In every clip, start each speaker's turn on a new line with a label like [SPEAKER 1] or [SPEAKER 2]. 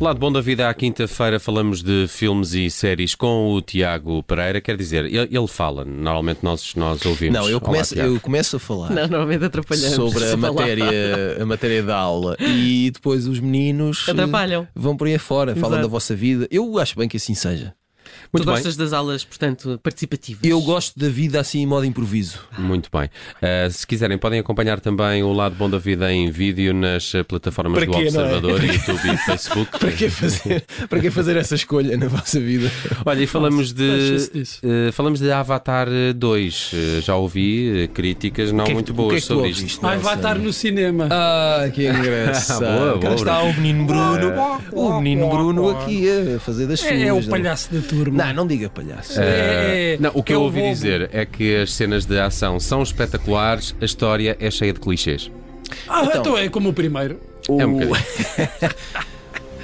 [SPEAKER 1] Lado bom da vida, à quinta-feira falamos de filmes e séries com o Tiago Pereira. Quer dizer, ele, ele fala, normalmente nós, nós ouvimos.
[SPEAKER 2] Não, eu
[SPEAKER 1] Olá,
[SPEAKER 2] começo,
[SPEAKER 1] Tiago.
[SPEAKER 2] eu começo a falar
[SPEAKER 3] Não, é normalmente atrapalhamos.
[SPEAKER 2] sobre a
[SPEAKER 3] Falar.
[SPEAKER 2] matéria, a matéria da aula e depois os meninos eh,
[SPEAKER 3] Atrapalham.
[SPEAKER 2] vão por aí afora, falam
[SPEAKER 3] Exato.
[SPEAKER 2] da vossa vida. Eu acho bem que assim seja.
[SPEAKER 3] Tu
[SPEAKER 1] Muito bem.
[SPEAKER 3] gostas das aulas, portanto, participativas.
[SPEAKER 2] Eu gosto da vida assim em modo improviso.
[SPEAKER 1] Muito bem. Uh, se quiserem, podem acompanhar também o Lado Bom da Vida em vídeo nas uh, plataformas
[SPEAKER 2] Para
[SPEAKER 1] do
[SPEAKER 2] quê, não é?
[SPEAKER 1] Observador, YouTube e Facebook.
[SPEAKER 2] Para que fazer, para que fazer essa escolha na vossa vida?
[SPEAKER 1] Olha, e falamos
[SPEAKER 4] Deixa-se
[SPEAKER 1] de.
[SPEAKER 4] disso.
[SPEAKER 1] uh, falamos de Avatar 2. Uh, já ouvi uh, críticas não
[SPEAKER 2] O que é que
[SPEAKER 1] muito
[SPEAKER 2] tu- o que é
[SPEAKER 1] boas
[SPEAKER 2] que tu
[SPEAKER 1] sobre
[SPEAKER 2] ouviste,
[SPEAKER 1] isto.
[SPEAKER 4] Vai
[SPEAKER 2] Nelson?
[SPEAKER 4] estar no cinema.
[SPEAKER 2] Ah, que engraçado.
[SPEAKER 1] Boa,
[SPEAKER 2] Cá
[SPEAKER 1] boa,
[SPEAKER 2] está o menino Bruno. O menino Bruno aqui a fazer das suas.
[SPEAKER 4] é, é o
[SPEAKER 2] não?
[SPEAKER 4] palhaço da turma.
[SPEAKER 2] Não, não diga palhaço.
[SPEAKER 4] É-
[SPEAKER 1] Ah, não, o que eu
[SPEAKER 4] é o
[SPEAKER 1] ouvi
[SPEAKER 4] bobo.
[SPEAKER 1] dizer é que as cenas de ação são espetaculares, a história é cheia de clichês.
[SPEAKER 4] Ah, então,
[SPEAKER 2] Então,
[SPEAKER 4] é como o primeiro.
[SPEAKER 1] É um bocadinho.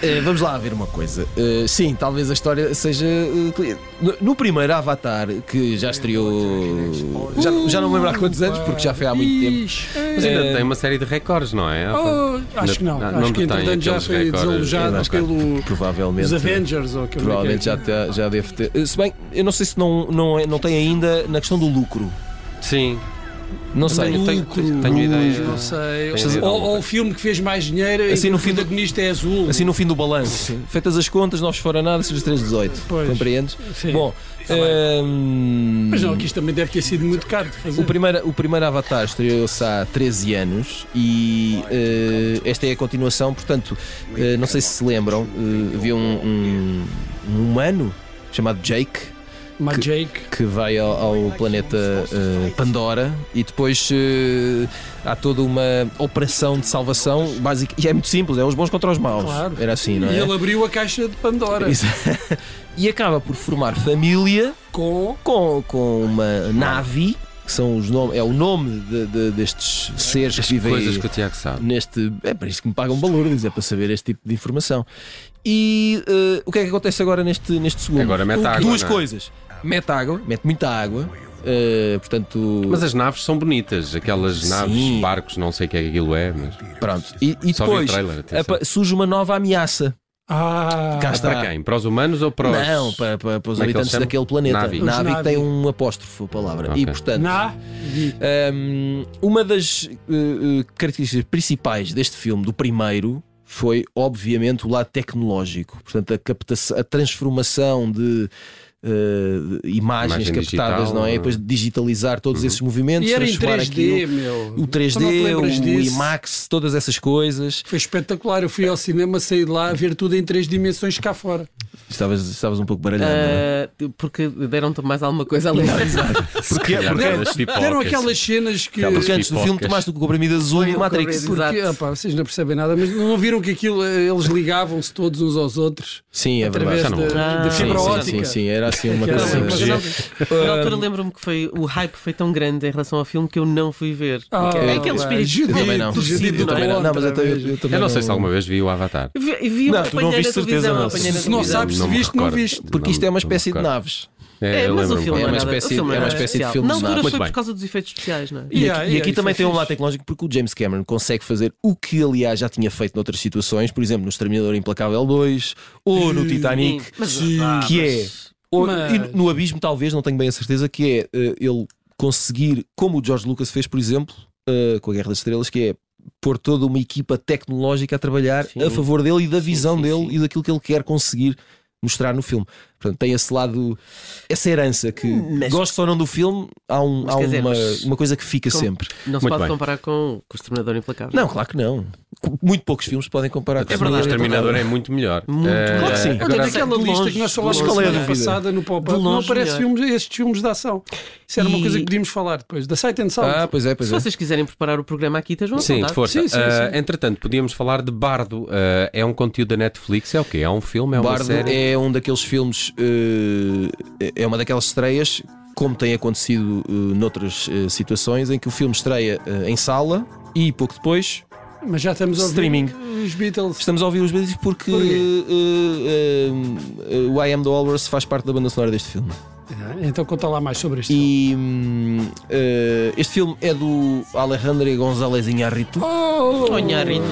[SPEAKER 2] Eh, vamos lá ver uma coisa. Eh, sim, talvez a história seja. eh, cli- no, no primeiro Avatar, que já estreou. Já, já não me lembro há quantos anos, porque já foi há muito tempo.
[SPEAKER 4] Ixi,
[SPEAKER 1] Mas
[SPEAKER 4] é-
[SPEAKER 1] ainda tem uma série de recordes, não é?
[SPEAKER 4] Oh, acho que não.
[SPEAKER 1] Não,
[SPEAKER 4] acho
[SPEAKER 1] não
[SPEAKER 4] que
[SPEAKER 1] detém
[SPEAKER 4] entretanto já
[SPEAKER 1] aqueles
[SPEAKER 4] foi
[SPEAKER 1] recordes.
[SPEAKER 4] desalojado
[SPEAKER 1] Ok.
[SPEAKER 4] pelo.
[SPEAKER 2] Provavelmente.
[SPEAKER 4] Os Avengers ou que é
[SPEAKER 2] Provavelmente já, te- já deve ter. Eh, Se bem, eu não sei se não, não, é- não tem ainda na questão do lucro.
[SPEAKER 1] Sim,
[SPEAKER 2] Não sei.
[SPEAKER 1] tenho, tenho, tenho, ideia.
[SPEAKER 4] Não sei.
[SPEAKER 1] Tenho ideia de
[SPEAKER 4] Ou,
[SPEAKER 1] alguma
[SPEAKER 4] ou o filme que fez mais dinheiro
[SPEAKER 2] Assim,
[SPEAKER 4] e
[SPEAKER 2] no
[SPEAKER 4] o
[SPEAKER 2] fim do-
[SPEAKER 4] protagonista é azul.
[SPEAKER 2] Assim no fim do balanço. Feitas as contas, não vos fora nada, seja 318.
[SPEAKER 4] Pois.
[SPEAKER 2] Compreendes?
[SPEAKER 4] Sim. Tá
[SPEAKER 2] Bom. ehm,
[SPEAKER 4] Mas não, que isto também deve ter sido muito caro de fazer.
[SPEAKER 2] O primeiro, o primeiro Avatar estreou-se há 13 anos e eh, esta é a continuação, portanto, eh, não sei se se lembram, eh, havia um, um- um humano chamado Jake
[SPEAKER 4] Mas Jake.
[SPEAKER 2] que vai ao, ao planeta eh, Pandora e depois eh, há toda uma operação de salvação básica. E é muito simples, é os bons contra os maus.
[SPEAKER 4] Claro.
[SPEAKER 2] Era assim, não
[SPEAKER 4] E
[SPEAKER 2] é?
[SPEAKER 4] ele abriu a caixa de Pandora
[SPEAKER 2] Isso. e acaba por formar família
[SPEAKER 4] com.
[SPEAKER 2] com, com uma nave, que são os nomes, é o nome de- de- destes seres que vivem
[SPEAKER 1] Coisas que o Tiago sabe.
[SPEAKER 2] neste. É para isso que me pagam balúrdios, é para saber este tipo de informação. E eh, o que é que acontece agora neste, neste segundo?
[SPEAKER 1] Agora mete
[SPEAKER 2] O-
[SPEAKER 1] água,
[SPEAKER 2] Duas
[SPEAKER 1] não é?
[SPEAKER 2] coisas. Mete água, mete muita água. eh, portanto,
[SPEAKER 1] Mas as naves são bonitas, aquelas
[SPEAKER 2] Sim.
[SPEAKER 1] naves, barcos, não sei o que é que aquilo é, mas.
[SPEAKER 2] pronto. E, e
[SPEAKER 1] Só vi o
[SPEAKER 2] depois
[SPEAKER 4] é
[SPEAKER 1] trailer. atenção. É
[SPEAKER 2] apa- surge uma nova ameaça.
[SPEAKER 4] Ah,
[SPEAKER 2] Cá está.
[SPEAKER 1] Para quem? Para os humanos ou para os.
[SPEAKER 2] Não, para, para- para os
[SPEAKER 1] Como é que eles
[SPEAKER 2] habitantes
[SPEAKER 1] chamam?
[SPEAKER 2] daquele planeta.
[SPEAKER 1] Navi.
[SPEAKER 4] Os
[SPEAKER 2] Navi que tem
[SPEAKER 4] Navi.
[SPEAKER 2] um apóstrofo a palavra.
[SPEAKER 1] Ok.
[SPEAKER 2] E portanto,
[SPEAKER 4] na.
[SPEAKER 2] Um, uma das eh, eh, características principais deste filme, do primeiro, foi obviamente o lado tecnológico. Portanto, a captação, a transformação de. eh, de imagens
[SPEAKER 1] Imagem
[SPEAKER 2] captadas,
[SPEAKER 1] digital, uhum.
[SPEAKER 2] não é?
[SPEAKER 1] não é?
[SPEAKER 2] E depois digitalizar todos esses movimentos,
[SPEAKER 4] E era em
[SPEAKER 2] transformar
[SPEAKER 4] 3D,
[SPEAKER 2] aquilo. O
[SPEAKER 4] meu. Tu não te
[SPEAKER 2] 3D,
[SPEAKER 4] lembras
[SPEAKER 2] o
[SPEAKER 4] disso?
[SPEAKER 2] IMAX, todas essas coisas.
[SPEAKER 4] Foi espetacular. Eu fui ao cinema, saí de lá a ver tudo em três dimensões cá fora.
[SPEAKER 2] Estavas, estavas um pouco baralhado. não é?
[SPEAKER 3] Ah, porque deram-te mais alguma coisa ali.
[SPEAKER 1] Porque,
[SPEAKER 2] Ah,
[SPEAKER 4] Deram aquelas cenas que.
[SPEAKER 1] Aquelas
[SPEAKER 2] Porque antes do filme
[SPEAKER 1] pipocas.
[SPEAKER 2] tomaste o comprimido azul do
[SPEAKER 3] o
[SPEAKER 2] Matrix.
[SPEAKER 3] comprimido.
[SPEAKER 4] Porque,
[SPEAKER 3] Exato.
[SPEAKER 4] opá, vocês não percebem nada, mas não viram que aquilo eh, eles ligavam-se todos uns aos outros
[SPEAKER 2] Sim, é
[SPEAKER 4] através
[SPEAKER 2] verdade.
[SPEAKER 1] Já não
[SPEAKER 4] da,
[SPEAKER 1] lembro.
[SPEAKER 4] da
[SPEAKER 3] Ah,
[SPEAKER 2] Sim,
[SPEAKER 4] fibra Ah,
[SPEAKER 2] sim,
[SPEAKER 4] óptica.
[SPEAKER 2] sim, sim, era assim uma
[SPEAKER 4] Que era
[SPEAKER 2] coisa.
[SPEAKER 4] uma coisa
[SPEAKER 2] Sim.
[SPEAKER 3] Na
[SPEAKER 2] Um,
[SPEAKER 3] altura lembro-me que foi o hype foi tão grande em relação ao filme que eu não fui ver.
[SPEAKER 4] Ah,
[SPEAKER 3] é
[SPEAKER 2] eu
[SPEAKER 3] aquele espírito
[SPEAKER 4] judito,
[SPEAKER 2] Eu também não.
[SPEAKER 4] judito
[SPEAKER 2] Eu também não.
[SPEAKER 4] contra,
[SPEAKER 2] Não, mas eu também- eu também
[SPEAKER 1] Eu não sei se alguma vez vi o Avatar.
[SPEAKER 3] Vi, vi
[SPEAKER 2] Não,
[SPEAKER 3] não,
[SPEAKER 2] tu não
[SPEAKER 3] apanhei na
[SPEAKER 2] viste certeza,
[SPEAKER 3] televisão,
[SPEAKER 2] não.
[SPEAKER 3] apanhei na
[SPEAKER 4] Se não
[SPEAKER 3] televisão.
[SPEAKER 4] sabes se
[SPEAKER 1] Não me
[SPEAKER 4] viste, não
[SPEAKER 1] recordo.
[SPEAKER 4] viste.
[SPEAKER 2] Porque isto é uma espécie de
[SPEAKER 1] Não me
[SPEAKER 2] naves.
[SPEAKER 3] É,
[SPEAKER 1] eu
[SPEAKER 3] mas o
[SPEAKER 1] lembro-me
[SPEAKER 3] filme
[SPEAKER 1] qual
[SPEAKER 2] é uma
[SPEAKER 3] nada- o
[SPEAKER 2] espécie-
[SPEAKER 3] filme
[SPEAKER 2] é uma
[SPEAKER 3] nada
[SPEAKER 2] espécie de
[SPEAKER 3] especial.
[SPEAKER 2] filme
[SPEAKER 3] Na
[SPEAKER 2] de
[SPEAKER 3] altura
[SPEAKER 1] nada.
[SPEAKER 3] foi
[SPEAKER 1] Muito
[SPEAKER 3] por causa dos efeitos especiais, não é?
[SPEAKER 2] E aqui, e
[SPEAKER 4] Yeah, yeah,
[SPEAKER 2] aqui
[SPEAKER 4] isso
[SPEAKER 2] também
[SPEAKER 4] é
[SPEAKER 2] tem um
[SPEAKER 4] fixe.
[SPEAKER 2] lado tecnológico porque o James Cameron consegue fazer o que aliás já tinha feito noutras situações, por exemplo no Exterminador Implacável 2 ou no Titanic,
[SPEAKER 3] Sim, mas-
[SPEAKER 4] Sim.
[SPEAKER 3] ah,
[SPEAKER 2] Que é-
[SPEAKER 3] mas-
[SPEAKER 2] ou
[SPEAKER 4] Hum, mas-
[SPEAKER 2] e no- no Abismo talvez, não tenho bem a certeza, que é eh, ele conseguir, como o George Lucas fez por exemplo eh, com a Guerra das Estrelas, que é pôr toda uma equipa tecnológica a trabalhar
[SPEAKER 3] Sim.
[SPEAKER 2] a favor dele e da visão
[SPEAKER 3] sim,
[SPEAKER 2] dele
[SPEAKER 3] sim.
[SPEAKER 2] e daquilo que ele quer conseguir mostrar no filme. Portanto, tem esse lado, essa herança que,
[SPEAKER 3] Hum, Mas-
[SPEAKER 2] gosto ou não do filme, há, um-
[SPEAKER 3] Mas
[SPEAKER 2] há
[SPEAKER 3] quer dizer,
[SPEAKER 2] uma,
[SPEAKER 3] mas-
[SPEAKER 2] uma coisa que fica
[SPEAKER 3] Com-
[SPEAKER 2] sempre.
[SPEAKER 3] Não se
[SPEAKER 1] Muito
[SPEAKER 3] pode
[SPEAKER 1] bem.
[SPEAKER 3] comparar com, com o Exterminador Implacável.
[SPEAKER 2] Não, claro que não. Com- Muito poucos filmes podem comparar com
[SPEAKER 1] É verdade, o Exterminador é muito melhor.
[SPEAKER 3] Muito
[SPEAKER 1] Eh,
[SPEAKER 3] melhor.
[SPEAKER 2] Claro que sim.
[SPEAKER 4] Até
[SPEAKER 3] Agora-
[SPEAKER 4] naquela
[SPEAKER 3] de
[SPEAKER 4] lista
[SPEAKER 3] longe,
[SPEAKER 4] que nós
[SPEAKER 3] de
[SPEAKER 4] falámos
[SPEAKER 2] longe,
[SPEAKER 4] na
[SPEAKER 2] qual é a
[SPEAKER 4] semana
[SPEAKER 2] dúvida?
[SPEAKER 4] passada no pop-up,
[SPEAKER 3] De
[SPEAKER 4] não
[SPEAKER 3] longe,
[SPEAKER 4] aparece
[SPEAKER 3] melhor.
[SPEAKER 4] filmes, estes filmes de ação. Isso era uma
[SPEAKER 3] E-
[SPEAKER 4] coisa que podíamos falar depois. Da Sight and Sound.
[SPEAKER 2] Ah, pois é, pois
[SPEAKER 3] Se
[SPEAKER 2] é.
[SPEAKER 3] vocês quiserem preparar o programa aqui, estejam à
[SPEAKER 1] Sim,
[SPEAKER 3] vontade.
[SPEAKER 1] força.
[SPEAKER 4] Sim, sim,
[SPEAKER 1] Eh,
[SPEAKER 4] sim.
[SPEAKER 1] entretanto, podíamos falar de Bardo. Eh, é um conteúdo da Netflix, é o quê? É um filme? É uma
[SPEAKER 2] Bardo
[SPEAKER 1] série?
[SPEAKER 2] é um daqueles filmes, eh, é uma daquelas estreias, como tem acontecido eh, noutras eh, situações, em que o filme estreia eh, em sala e pouco depois
[SPEAKER 4] Mas já estamos a ouvir
[SPEAKER 2] Streaming.
[SPEAKER 4] os Beatles.
[SPEAKER 2] estamos a ouvir os Beatles porque
[SPEAKER 4] Porquê?
[SPEAKER 2] eh, eh, eh, o I Am the Walrus faz parte da banda sonora deste filme.
[SPEAKER 4] Então conta lá mais sobre isto.
[SPEAKER 2] E hum, eh, este filme é do Alejandro González Iñárritu,
[SPEAKER 4] Oh,
[SPEAKER 3] Oh, Inharito.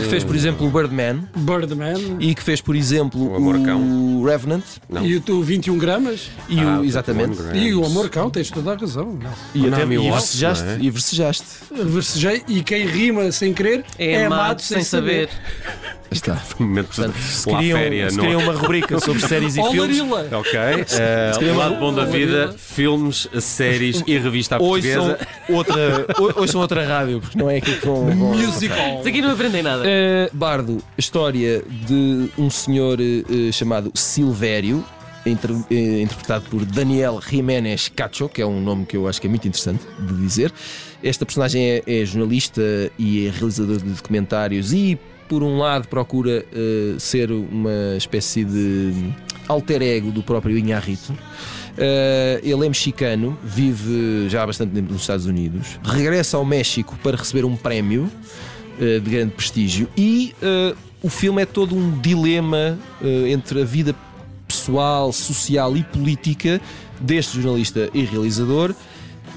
[SPEAKER 2] que fez, por exemplo, o Birdman
[SPEAKER 4] Birdman.
[SPEAKER 2] e que fez, por exemplo,
[SPEAKER 1] O Amorcão.
[SPEAKER 2] o Revenant
[SPEAKER 1] Não.
[SPEAKER 4] E o teu 21 gramas.
[SPEAKER 2] e
[SPEAKER 1] Ah,
[SPEAKER 2] o.
[SPEAKER 1] o
[SPEAKER 2] Exatamente.
[SPEAKER 1] Amor Grande.
[SPEAKER 4] E o amor cão, tens toda a razão. Não.
[SPEAKER 2] E,
[SPEAKER 1] O
[SPEAKER 2] até,
[SPEAKER 1] Naomi
[SPEAKER 2] e
[SPEAKER 1] Watts,
[SPEAKER 2] versejaste.
[SPEAKER 1] não é?
[SPEAKER 2] E versejaste.
[SPEAKER 4] Reverdejei, e quem rima sem querer
[SPEAKER 3] É, amado sem saber.
[SPEAKER 2] Está.
[SPEAKER 1] Momento de lá
[SPEAKER 5] Criam,
[SPEAKER 1] féria,
[SPEAKER 5] se
[SPEAKER 1] não é?
[SPEAKER 5] criam uma rubrica sobre séries e
[SPEAKER 4] Ó,
[SPEAKER 5] filmes.
[SPEAKER 4] Larila!
[SPEAKER 1] Ok, eh,
[SPEAKER 2] calhar
[SPEAKER 1] o lado
[SPEAKER 4] uma-
[SPEAKER 1] bom da
[SPEAKER 4] uma
[SPEAKER 1] vida,
[SPEAKER 4] vida.
[SPEAKER 1] filmes, séries e revista à
[SPEAKER 5] Ouçam
[SPEAKER 1] portuguesa.
[SPEAKER 5] outra, ou- ouçam outra rádio, porque
[SPEAKER 2] Não é aqui que vão. vão-
[SPEAKER 4] Musical.
[SPEAKER 3] Mas aqui não aprendem nada.
[SPEAKER 2] Eh, Bardo, a história de um senhor eh, eh, chamado Silvério, inter- eh, interpretado por Daniel Jiménez Cacho, que é um nome que eu acho que é muito interessante de dizer. Esta personagem é, é jornalista e é realizador de documentários e, por um lado, procura eh, ser uma espécie de alter ego do próprio Inharrito. ele é mexicano, vive já há bastante tempo nos Estados Unidos, regressa ao México para receber um prémio eh, de grande prestígio. E eh, o filme é todo um dilema eh, entre a vida pessoal, social e política deste jornalista e realizador,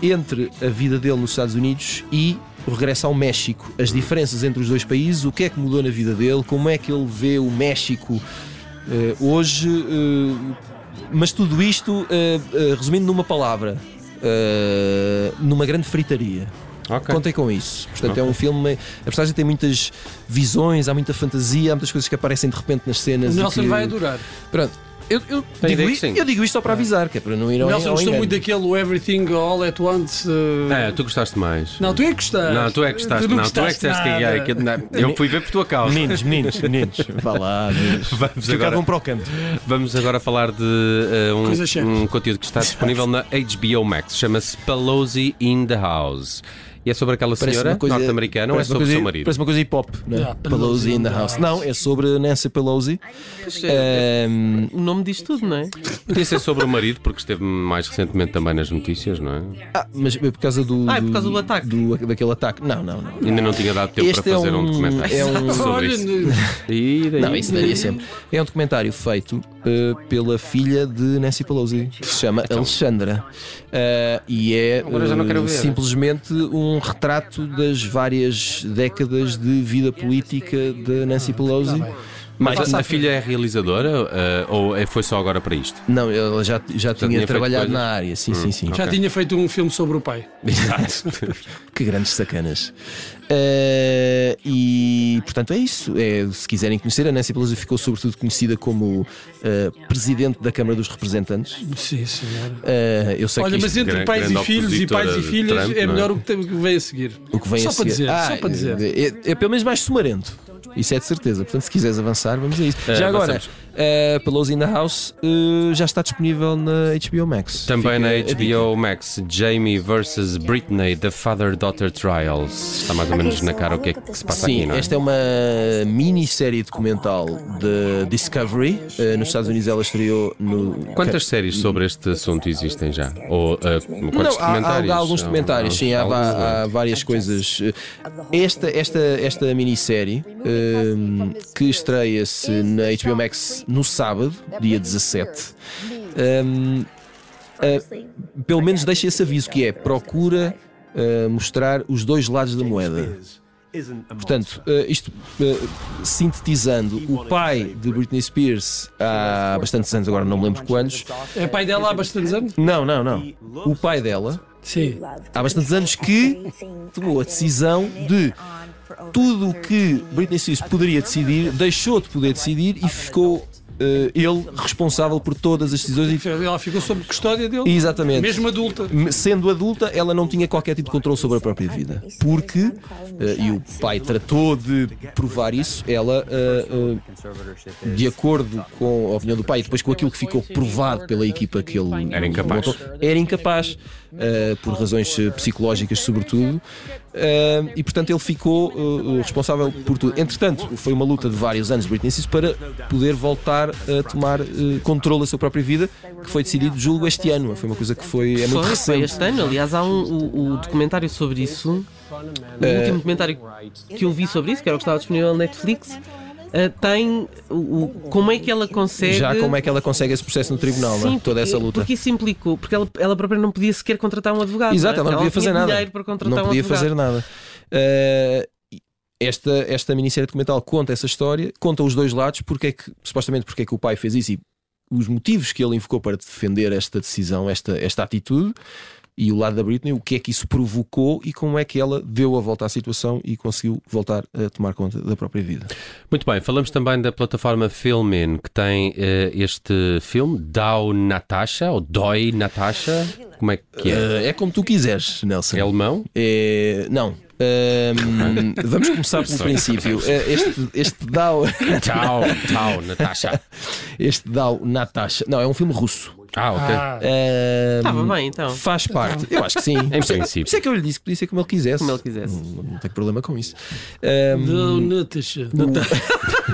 [SPEAKER 2] entre a vida dele nos Estados Unidos e o regresso ao México. As diferenças entre os dois países, o que é que mudou na vida dele, como é que ele vê o México eh, hoje. eh, mas tudo isto, eh, eh, resumindo numa palavra, eh, numa grande fritaria.
[SPEAKER 1] Ok.
[SPEAKER 2] Contem com isso. Portanto, é um filme. A personagem tem muitas visões, há muita fantasia, há muitas coisas que aparecem de repente nas
[SPEAKER 4] O
[SPEAKER 2] cenas. e
[SPEAKER 4] Nelson
[SPEAKER 2] que-
[SPEAKER 4] vai adorar.
[SPEAKER 2] Pronto. Eu, eu
[SPEAKER 1] Tem
[SPEAKER 2] digo,
[SPEAKER 1] ideia
[SPEAKER 2] i-
[SPEAKER 1] que sim.
[SPEAKER 2] eu digo isto só para avisar, que é para não ir ao,
[SPEAKER 4] Nelson
[SPEAKER 2] ao
[SPEAKER 4] gostou
[SPEAKER 2] engano.
[SPEAKER 4] muito daquele Everything All at Once. eh,
[SPEAKER 1] um É, tu gostaste mais.
[SPEAKER 4] Não, tu é que gostaste.
[SPEAKER 1] Não, tu é que gostaste. Não, tu é que disseste que
[SPEAKER 4] nada.
[SPEAKER 1] ia. que- não, Eu fui ver por tua causa.
[SPEAKER 5] meninos, meninos, meninos.
[SPEAKER 2] Vá lá, mas-
[SPEAKER 1] Vamos
[SPEAKER 5] Fica cada
[SPEAKER 1] agora,
[SPEAKER 5] um para o canto.
[SPEAKER 1] vamos agora falar de eh,
[SPEAKER 4] Coisas
[SPEAKER 1] um,
[SPEAKER 4] chatas.
[SPEAKER 1] um conteúdo que está disponível na HBO Max. Chama-se Pelosi in the House. E é sobre aquela
[SPEAKER 2] Parece
[SPEAKER 1] senhora
[SPEAKER 2] uma coisa-
[SPEAKER 1] norte-americana ou é
[SPEAKER 2] parece uma
[SPEAKER 1] sobre o seu
[SPEAKER 2] coisa-
[SPEAKER 1] marido?
[SPEAKER 2] Parece uma coisa hip hop, não é?
[SPEAKER 4] Yeah,
[SPEAKER 2] Pelosi in the House. Não, é sobre Nancy Pelosi. Ehm, Ahm,
[SPEAKER 3] O nome diz tudo, não é?
[SPEAKER 1] Podia ser sobre o marido, porque esteve mais recentemente também nas notícias, não é?
[SPEAKER 2] ah, mas por causa do.
[SPEAKER 3] Ah, é por causa do ataque.
[SPEAKER 2] do- daquele ataque. Não, não, não.
[SPEAKER 1] Ainda não tinha dado tempo
[SPEAKER 2] Este
[SPEAKER 1] para
[SPEAKER 2] é
[SPEAKER 1] fazer um
[SPEAKER 2] um-
[SPEAKER 1] documentário
[SPEAKER 2] é um-
[SPEAKER 1] sobre
[SPEAKER 4] Olha,
[SPEAKER 1] isso.
[SPEAKER 4] n-
[SPEAKER 1] E daí?
[SPEAKER 2] Não, isso daria sempre. É um documentário feito eh, pela filha de Nancy Pelosi, que se chama Alexandra. Eh, e é
[SPEAKER 1] Então. Agora já não
[SPEAKER 2] eh,
[SPEAKER 1] quero ver.
[SPEAKER 2] simplesmente um retrato das várias décadas de vida política de Nancy Pelosi.
[SPEAKER 1] Ah, tá Mas
[SPEAKER 2] Passa
[SPEAKER 1] a,
[SPEAKER 2] à
[SPEAKER 1] a filha é realizadora eh, ou é- foi só agora para isto?
[SPEAKER 2] Não, ela já, já
[SPEAKER 1] tinha
[SPEAKER 2] tinha,
[SPEAKER 1] feito
[SPEAKER 2] trabalhado
[SPEAKER 1] coisas? Hum,
[SPEAKER 2] na área, sim, sim, sim.
[SPEAKER 4] Já
[SPEAKER 1] Ok.
[SPEAKER 4] tinha feito um filme sobre o pai.
[SPEAKER 2] Que grandes sacanas. Eh, e portanto é isso. É, se quiserem conhecer, a Nancy Pelosi ficou sobretudo conhecida como eh, presidente da Câmara dos Representantes.
[SPEAKER 4] Sim, senhora.
[SPEAKER 2] Eh,
[SPEAKER 1] É
[SPEAKER 2] eu sei
[SPEAKER 4] Olha,
[SPEAKER 2] que
[SPEAKER 4] mas
[SPEAKER 2] isto-
[SPEAKER 4] entre
[SPEAKER 1] grande-
[SPEAKER 4] pais
[SPEAKER 1] grande
[SPEAKER 4] e filhos e
[SPEAKER 1] opositora
[SPEAKER 4] pais e
[SPEAKER 1] de
[SPEAKER 4] filhas
[SPEAKER 1] Trump,
[SPEAKER 4] é
[SPEAKER 1] não é?
[SPEAKER 4] melhor o que, tem- o que vem a seguir.
[SPEAKER 2] O que vem
[SPEAKER 4] só
[SPEAKER 2] a
[SPEAKER 4] para
[SPEAKER 2] seguir.
[SPEAKER 4] dizer,
[SPEAKER 2] Ah,
[SPEAKER 4] só para dizer.
[SPEAKER 2] É, é pelo menos mais sumarento. Isso é de certeza. Portanto, se quiseres avançar, vamos a isso.
[SPEAKER 1] Eh,
[SPEAKER 2] já agora,
[SPEAKER 1] avançamos.
[SPEAKER 2] eh, Pelosi in the House eh, já está disponível na HBO Max.
[SPEAKER 1] Também na
[SPEAKER 2] Fica a dica.
[SPEAKER 1] HBO Max, Jamie vs. Britney, The Father-Daughter Trials. Está mais ou menos na cara o que é que se passa aqui,
[SPEAKER 2] Sim,
[SPEAKER 1] não é?
[SPEAKER 2] esta é uma minissérie documental da Discovery. Eh, nos Estados Unidos ela estreou no.
[SPEAKER 1] Quantas séries sobre este assunto existem já? Ou eh, quantos
[SPEAKER 2] Não, há- há,
[SPEAKER 1] documentários?
[SPEAKER 2] há alguns
[SPEAKER 1] Há-
[SPEAKER 2] documentários, sim, há,
[SPEAKER 1] alguns,
[SPEAKER 2] há-
[SPEAKER 1] não é?
[SPEAKER 2] há várias coisas. Eh, Esta, esta, esta minissérie hum, que estreia-se na HBO Max no sábado, dia 17. hum, ah, pelo menos deixa esse aviso que é procura ah, mostrar os dois lados da moeda. Portanto, eh, isto eh, sintetizando, o pai de Britney Spears há bastantes anos, agora não me lembro quantos.
[SPEAKER 4] É pai dela há bastantes anos?
[SPEAKER 2] Não, não, não. O pai dela
[SPEAKER 4] Sim.
[SPEAKER 6] Há bastantes anos que tomou a decisão de
[SPEAKER 2] tudo o que Britney Spears poderia decidir, deixou de poder decidir e ficou eh, ele responsável por todas as decisões.
[SPEAKER 4] Ela ficou sob custódia
[SPEAKER 2] E,
[SPEAKER 4] dele,
[SPEAKER 2] exatamente.
[SPEAKER 4] mesmo adulta.
[SPEAKER 2] M- Sendo adulta, ela não tinha qualquer tipo de controle sobre a própria vida. Porque, eh, e o pai tratou de provar isso, ela, eh, eh, de acordo com a opinião do pai e depois com aquilo que ficou provado pela equipa que ele
[SPEAKER 1] Era incapaz.
[SPEAKER 2] montou, era incapaz, eh, por razões eh, psicológicas, sobretudo. eh, e portanto ele ficou eh, eh, responsável por tudo. Entretanto, foi uma luta de vários anos de Britney Spears para poder voltar a tomar eh, controle da sua própria vida, que foi decidido, julgo, este ano. Foi uma coisa que foi é muito
[SPEAKER 3] foi, foi
[SPEAKER 2] recente.
[SPEAKER 3] este ano. Aliás, há um, o, o documentário sobre É. isso. O último documentário que eu vi sobre isso, que era o que estava disponível na Netflix,
[SPEAKER 2] Eh,
[SPEAKER 3] ah, tem o, o- como é que ela consegue.
[SPEAKER 2] Já como é que ela consegue esse processo no tribunal, não é?
[SPEAKER 3] Sim,
[SPEAKER 2] toda
[SPEAKER 3] porque-
[SPEAKER 2] essa luta.
[SPEAKER 3] Porque isso implicou, porque ela, ela própria não podia sequer contratar um advogado.
[SPEAKER 2] Exato, ela não podia fazer
[SPEAKER 3] tinha
[SPEAKER 2] nada.
[SPEAKER 3] dinheiro para contratar
[SPEAKER 2] Não
[SPEAKER 3] um
[SPEAKER 2] podia
[SPEAKER 3] advogado.
[SPEAKER 2] fazer nada. Eh, esta, esta minissérie documental conta essa história, conta os dois lados, porque é que, supostamente, porque é que o pai fez isso e os motivos que ele invocou para defender esta decisão, esta, esta atitude, e o lado da Britney, o que é que isso provocou e como é que ela deu a volta à situação e conseguiu voltar a tomar conta da própria vida.
[SPEAKER 1] Muito bem, falamos também da plataforma Filmin, que tem eh, este filme, Dau Natasha, ou Dói Natasha, como é que é?
[SPEAKER 2] Eh, é como tu quiseres, Nelson.
[SPEAKER 1] É alemão?
[SPEAKER 2] É, não. Ahm, vamos começar pelo princípio. Eh, Este, este DAO,
[SPEAKER 1] Tchau, tchau, Natasha.
[SPEAKER 2] este DAO Natasha. Não, é um filme russo.
[SPEAKER 1] Ah, ok.
[SPEAKER 2] Ahm,
[SPEAKER 3] Estava bem, então.
[SPEAKER 2] Faz parte. Eu acho que sim.
[SPEAKER 1] Em
[SPEAKER 2] Por
[SPEAKER 1] princípio.
[SPEAKER 2] isso é que eu lhe disse que podia ser como ele quisesse.
[SPEAKER 3] Como ele quisesse.
[SPEAKER 2] Não, não tenho problema com isso. Ahm,
[SPEAKER 4] Não, Natasha.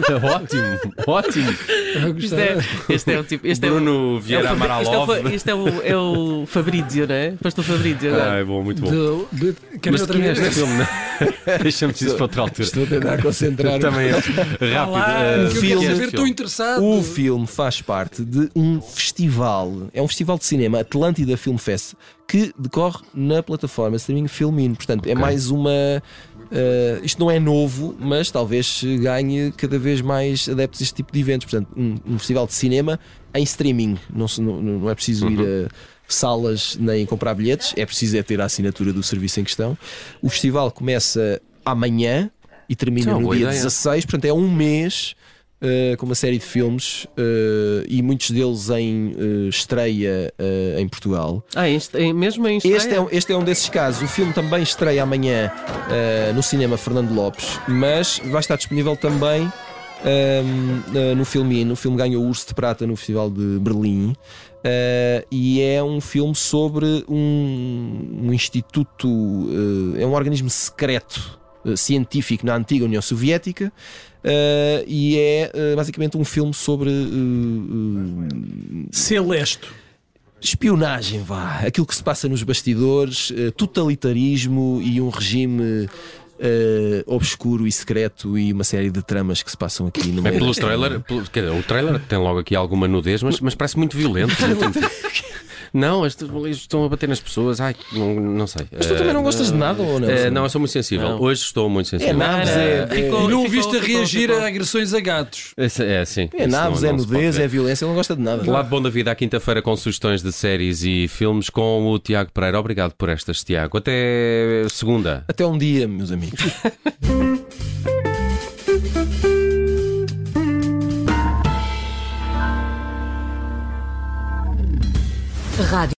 [SPEAKER 1] é ótimo, ótimo.
[SPEAKER 4] Eu
[SPEAKER 3] Isto
[SPEAKER 4] gostava.
[SPEAKER 3] é, este é o tipo. Este é o-
[SPEAKER 1] Bruno
[SPEAKER 3] é o
[SPEAKER 1] Vieira
[SPEAKER 3] Fabri- isto é o
[SPEAKER 1] Amaralov.
[SPEAKER 3] fa- Isto é o, é o Fabrizio, não é? Pastor Fabrizio agora.
[SPEAKER 1] Ah, é bom, muito bom.
[SPEAKER 4] Do- de- Quero
[SPEAKER 1] Mas
[SPEAKER 4] outra
[SPEAKER 1] quem é
[SPEAKER 4] vez.
[SPEAKER 1] este filme? não? é? Deixamos isso para outra altura.
[SPEAKER 2] Estou a tentar concentrar.
[SPEAKER 1] Também é rápido. eh,
[SPEAKER 4] Eu quero
[SPEAKER 1] quem é
[SPEAKER 4] saber,
[SPEAKER 1] este
[SPEAKER 4] Estou
[SPEAKER 1] filme?
[SPEAKER 4] interessado.
[SPEAKER 2] O Um filme faz parte de um festival. É um festival de cinema, Atlântida Film Fest, que decorre na plataforma streaming Filmin. Portanto, é mais uma. eh, isto não é novo, mas talvez ganhe cada vez mais adeptos a este tipo de eventos. Portanto, um, um festival de cinema em streaming. Não, se- não- não é preciso
[SPEAKER 1] Uhum.
[SPEAKER 2] ir a salas nem comprar bilhetes, é preciso é ter a assinatura do serviço em questão. O festival começa amanhã e termina
[SPEAKER 1] Isso é uma
[SPEAKER 2] no
[SPEAKER 1] boa
[SPEAKER 2] dia
[SPEAKER 1] ideia.
[SPEAKER 2] 16, portanto é um mês eh, com uma série de filmes eh, e muitos deles em eh, estreia eh, em Portugal.
[SPEAKER 3] Ah, este, é mesmo em
[SPEAKER 2] Este é, um- este é um desses casos. O filme também estreia amanhã eh, no cinema Fernando Lopes, mas vai estar disponível também ehm, eh, no Filmin. O filme ganhou o Urso de Prata no Festival de Berlim. eh, e é um filme sobre um, um instituto, eh, é um organismo secreto eh, científico na antiga União Soviética. eh, e é eh, basicamente um filme sobre eh, eh,
[SPEAKER 4] Celesto.
[SPEAKER 2] Espionagem, vá. Aquilo que se passa nos bastidores, eh, totalitarismo e um regime eh, obscuro e secreto e uma série de tramas que se passam aqui no
[SPEAKER 1] É
[SPEAKER 2] meio.
[SPEAKER 1] pelo
[SPEAKER 2] desta-
[SPEAKER 1] trailer, pelo- quer dizer, o trailer tem logo aqui alguma nudez, mas, mas parece muito violento. Não, estes boleiros estão a bater nas pessoas. Ai, não, não sei. Eh,
[SPEAKER 2] Mas tu também não gostas de nada, ou Eh, não?
[SPEAKER 1] não, eu sou muito sensível.
[SPEAKER 2] Não.
[SPEAKER 1] Hoje estou muito sensível. Eh,
[SPEAKER 2] É naves, é,
[SPEAKER 3] Ah, ficou-
[SPEAKER 2] é,
[SPEAKER 4] E não o
[SPEAKER 3] ficou-
[SPEAKER 4] viste a
[SPEAKER 3] ficou-
[SPEAKER 4] reagir
[SPEAKER 3] ficou.
[SPEAKER 4] a agressões a gatos.
[SPEAKER 1] Esse- É, sim.
[SPEAKER 2] é
[SPEAKER 1] Isso
[SPEAKER 2] naves,
[SPEAKER 1] não-
[SPEAKER 2] é
[SPEAKER 1] não se pode
[SPEAKER 2] nudez,
[SPEAKER 1] ver.
[SPEAKER 2] é violência, ele não gosta de nada.
[SPEAKER 1] Lado Bom da Vida, à quinta-feira, com sugestões de séries e filmes com o Tiago Pereira. Obrigado por estas, Tiago. Até segunda.
[SPEAKER 2] Até um dia, meus amigos.
[SPEAKER 7] Rádio.